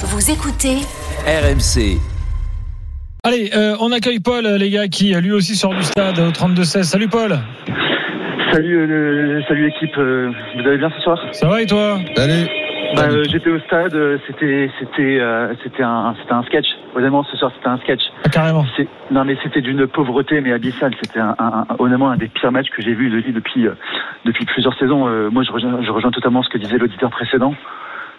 Vous écoutez RMC. Allez, euh, on accueille Paul, euh, les gars, qui euh, lui aussi sort du stade au 32-16. Salut Paul, Salut, euh, salut équipe. euh, vous allez bien ce soir ça va et toi Salut. Bah, euh, J'étais au stade. euh, C'était, c'était, euh, c'était un, c'était un sketch. Honnêtement, ce soir, c'était un sketch. Ah, Carrément. C'est- Non, mais c'était d'une pauvreté mais abyssale. C'était un, un, un- honnêtement un des pires matchs que j'ai vu de Lille depuis euh, depuis plusieurs saisons. Euh, moi, je rejoins, je rejoins totalement ce que disait l'auditeur précédent.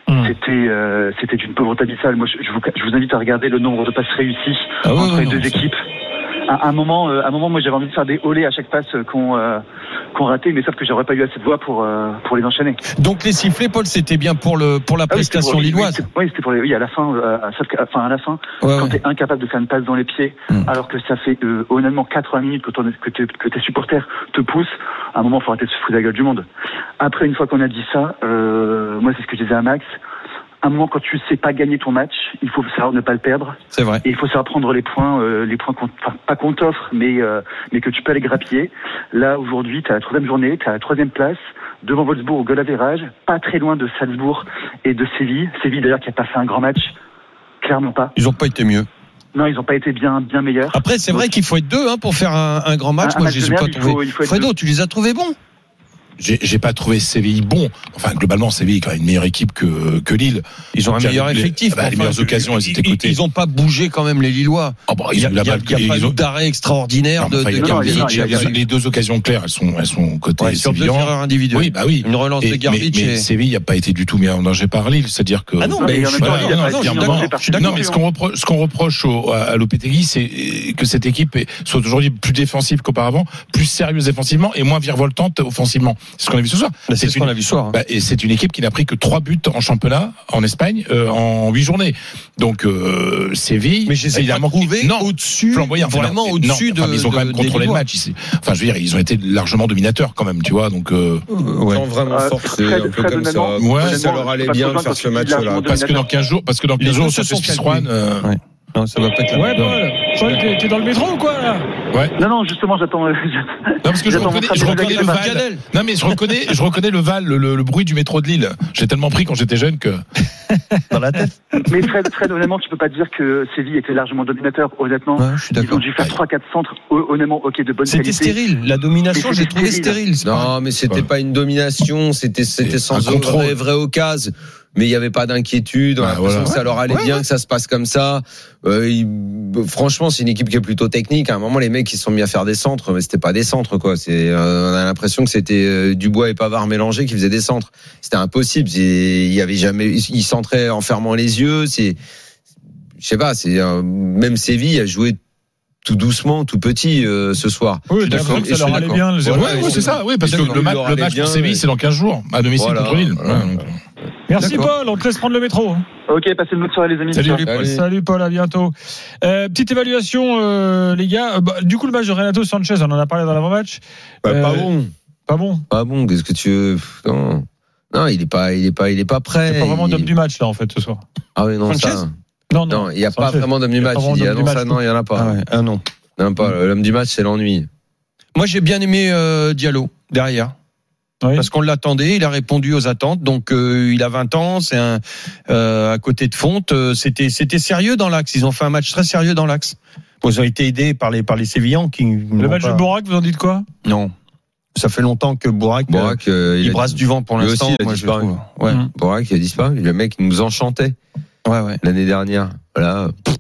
Hmm. Hum. C'était euh, c'était une pauvreté abyssale. Moi, je, je vous, je vous invite à regarder le nombre de passes réussies Ah ouais, entre ouais, les deux non, ça- équipes. À un moment, euh, à un moment, moi, j'avais envie de faire des holés à chaque passe euh, qu'on euh, qu'on ratait, mais sauf que j'aurais pas eu assez de voix pour euh, pour les enchaîner. Donc les sifflets, Paul, c'était bien pour le pour la Ah oui, c'était prestation pour- lilloise. Oui, c'était- oui, c'était pour les. Oui, à la fin, euh, à- sauf que- enfin à la fin, Ouais, quand ouais. t'es incapable de faire une passe dans les pieds, Hmm. alors que ça fait euh, honnêtement 80 minutes que, ton- que, tes- que tes supporters te poussent, à un moment, il faut arrêter de se foutre de la gueule du monde. Après, une fois qu'on a dit ça, euh, moi, c'est ce que je disais à Max. À un moment, quand tu sais pas gagner ton match, il faut savoir ne pas le perdre. C'est vrai. Et il faut savoir prendre les points, euh, les points qu'on, enfin, pas qu'on t'offre, mais euh, mais que tu peux aller grappiller. Là aujourd'hui, tu as la troisième journée, tu as la troisième place devant Wolfsburg au goal average, pas très loin de Salzbourg et de Séville. Séville d'ailleurs qui a pas fait un grand match, clairement pas. Ils ont pas été mieux. Non, ils ont pas été bien bien meilleurs. Après, c'est vrai qu'il faut être deux hein, pour faire un, un grand match. Un- un Moi, match je de les ai Ah, pas merde, il faut- trouvés. il faut être Fredo, tu les as trouvés bons J'ai j'ai pas trouvé Séville bon. Enfin, globalement, Séville est quand même une meilleure équipe que, que Lille. Ils ont un Tiens, meilleur les- effectif. bah, mais les meilleures occasions, elles étaient ils- cotées. Ils ont pas bougé quand même les Lillois. Oh, bah, Il y ils a, ont eu la il y a- balle- il y a ils pas ont- eu d'arrêt extraordinaire Enfin, de, de il y a- non, Garbizzi. il y a- non, il y a- il y a- Les deux occasions claires, elles sont, elles sont côté Ouais, sur deux sévillan. erreurs individuelles. Oui, bah oui. Une relance Et- de mais, Garbage. mais et- Séville n'a pas été du tout mis en danger par Lille. C'est-à-dire que. Ah non, Non, mais mais je en suis même temps, pas- Lille non, a pas non, été je mis suis en d'accord. danger par Je suis Lille. d'accord. Non, mais ce qu'on reproche, ce qu'on reproche au- à, à Lopetegui, c'est que cette équipe est- soit aujourd'hui plus défensive qu'auparavant, plus sérieuse défensivement et moins virevoltante offensivement. C'est ce qu'on a vu ce soir. Bah, C'est C'est ce qu'on a vu ce soir. hein. Bah, et c'est une équipe qui n'a pris que trois buts en championnat en Espagne euh, en huit journées. Donc euh, Séville, Mais j'essaie de évidemment, trouver bah, non, au-dessus, flamboyant, vraiment non, au-dessus non, de. enfin, mais ils ont quand de- même des contrôlé le Lillois. match. ici. Enfin, je veux dire, ils ont été largement dominateurs quand même, tu vois. Donc euh, Sans vraiment Ah, forcer, Fred- un peu Fred, comme ça. honnêtement, Ouais, si ça honnêtement, leur allait pas bien de content faire quand ce il l'a match-là. montré. parce que dans 15 jours, parce que dans Les 15 jours, deux ça se fait sont calmés. Juan, euh, Ouais. Non, ça va pas être la Ouais même. hein. Paul, Paul t'es t'es dans le métro ou quoi là Non, non, justement, j'attends. euh, je- Non, parce que je J'attends reconnais, mon je train de reconnais le dégager par Canel. Val. Non, mais je reconnais, je reconnais le Val, le, le- le bruit du métro de Lille. J'ai tellement pris quand j'étais jeune que. Dans la tête. Mais Fred, Fred, honnêtement, tu peux pas dire que Séville était largement dominateur. Honnêtement, Ouais, je suis ils d'accord. ont dû faire 3-4 centres. Honnêtement, ok, de bonne C'était qualité. stérile. La domination, Mais j'ai c'était trouvé stérile. stérile. c'est pas- Non, mais c'était Ouais. pas une domination, c'était c'était C'est un sans contrôle. vraie, vraie occasion. Mais il n'y avait pas d'inquiétude, on a Bah, l'impression voilà. que ça leur allait Ouais, bien, que ça se passe comme ça. Euh, ils- Franchement, c'est une équipe qui est plutôt technique. À un moment, les mecs, ils se sont mis à faire des centres, mais c'était pas des centres, quoi. C'est, euh, on a l'impression que c'était euh, Dubois et Pavard mélangés qui faisaient des centres. C'était impossible. c'est- Il y avait jamais, ils centraient en fermant les yeux. C'est, je sais pas, c'est euh, même Séville a joué tout doucement, tout petit euh, ce soir. Oui, Je suis t'as d'accord. l'impression que ça Et je leur suis allait d'accord. bien, le zéro. Ouais, Ouais, ouais, ouais. c'est ça. Oui, parce que Évidemment, le match, il leur le allait match bien, pour Séville, mais- c'est dans 15 jours à domicile Voilà. contre Lille. Voilà. Ouais, donc, Merci D'accord. Paul, on te laisse prendre le métro. Ok, passez une bonne soirée, les amis. Salut, Ciao. Paul. Allez. Salut Paul, à bientôt. Euh, petite évaluation, euh, les gars. Euh, bah, du coup, le match de Renato Sanchez, on en a parlé dans l'avant-match. Bah, pas Euh, bon. Pas bon. Pas bon, qu'est-ce que tu veux Pff, Non, Non, il est pas, il est pas, il est pas prêt. C'est pas vraiment Il- d'homme du match là en fait ce soir. Ah oui, non, Sanchez ça. Non, non. Non, il n'y a pas Sanchez. vraiment d'homme du Il y a match. pas vraiment Il y a, d'homme non, du ça, match. non, il n'y en a pas. Ah ouais, ah non. Il y en a pas. Mm. L'homme du match, c'est l'ennui. Moi, j'ai bien aimé euh, Diallo derrière. Oui. Parce qu'on l'attendait, il a répondu aux attentes. Donc, euh, il a 20 ans, c'est un euh, à côté de Fonte. euh, c'était c'était sérieux dans l'axe. Ils ont fait un match très sérieux dans l'axe. Bon, ils ont été aidés par les par les Sévillans qui Le n'ont match pas- de Bourac, vous en dites quoi Non, ça fait longtemps que Bourac, euh, Borak, euh, il, il, a- brasse du vent pour lui l'instant. aussi, il a moi, je disparu. trouve. Ouais, Mm. Borak, il a disparu. Le mec, il nous enchantait ouais, ouais. l'année dernière. Voilà. Pff,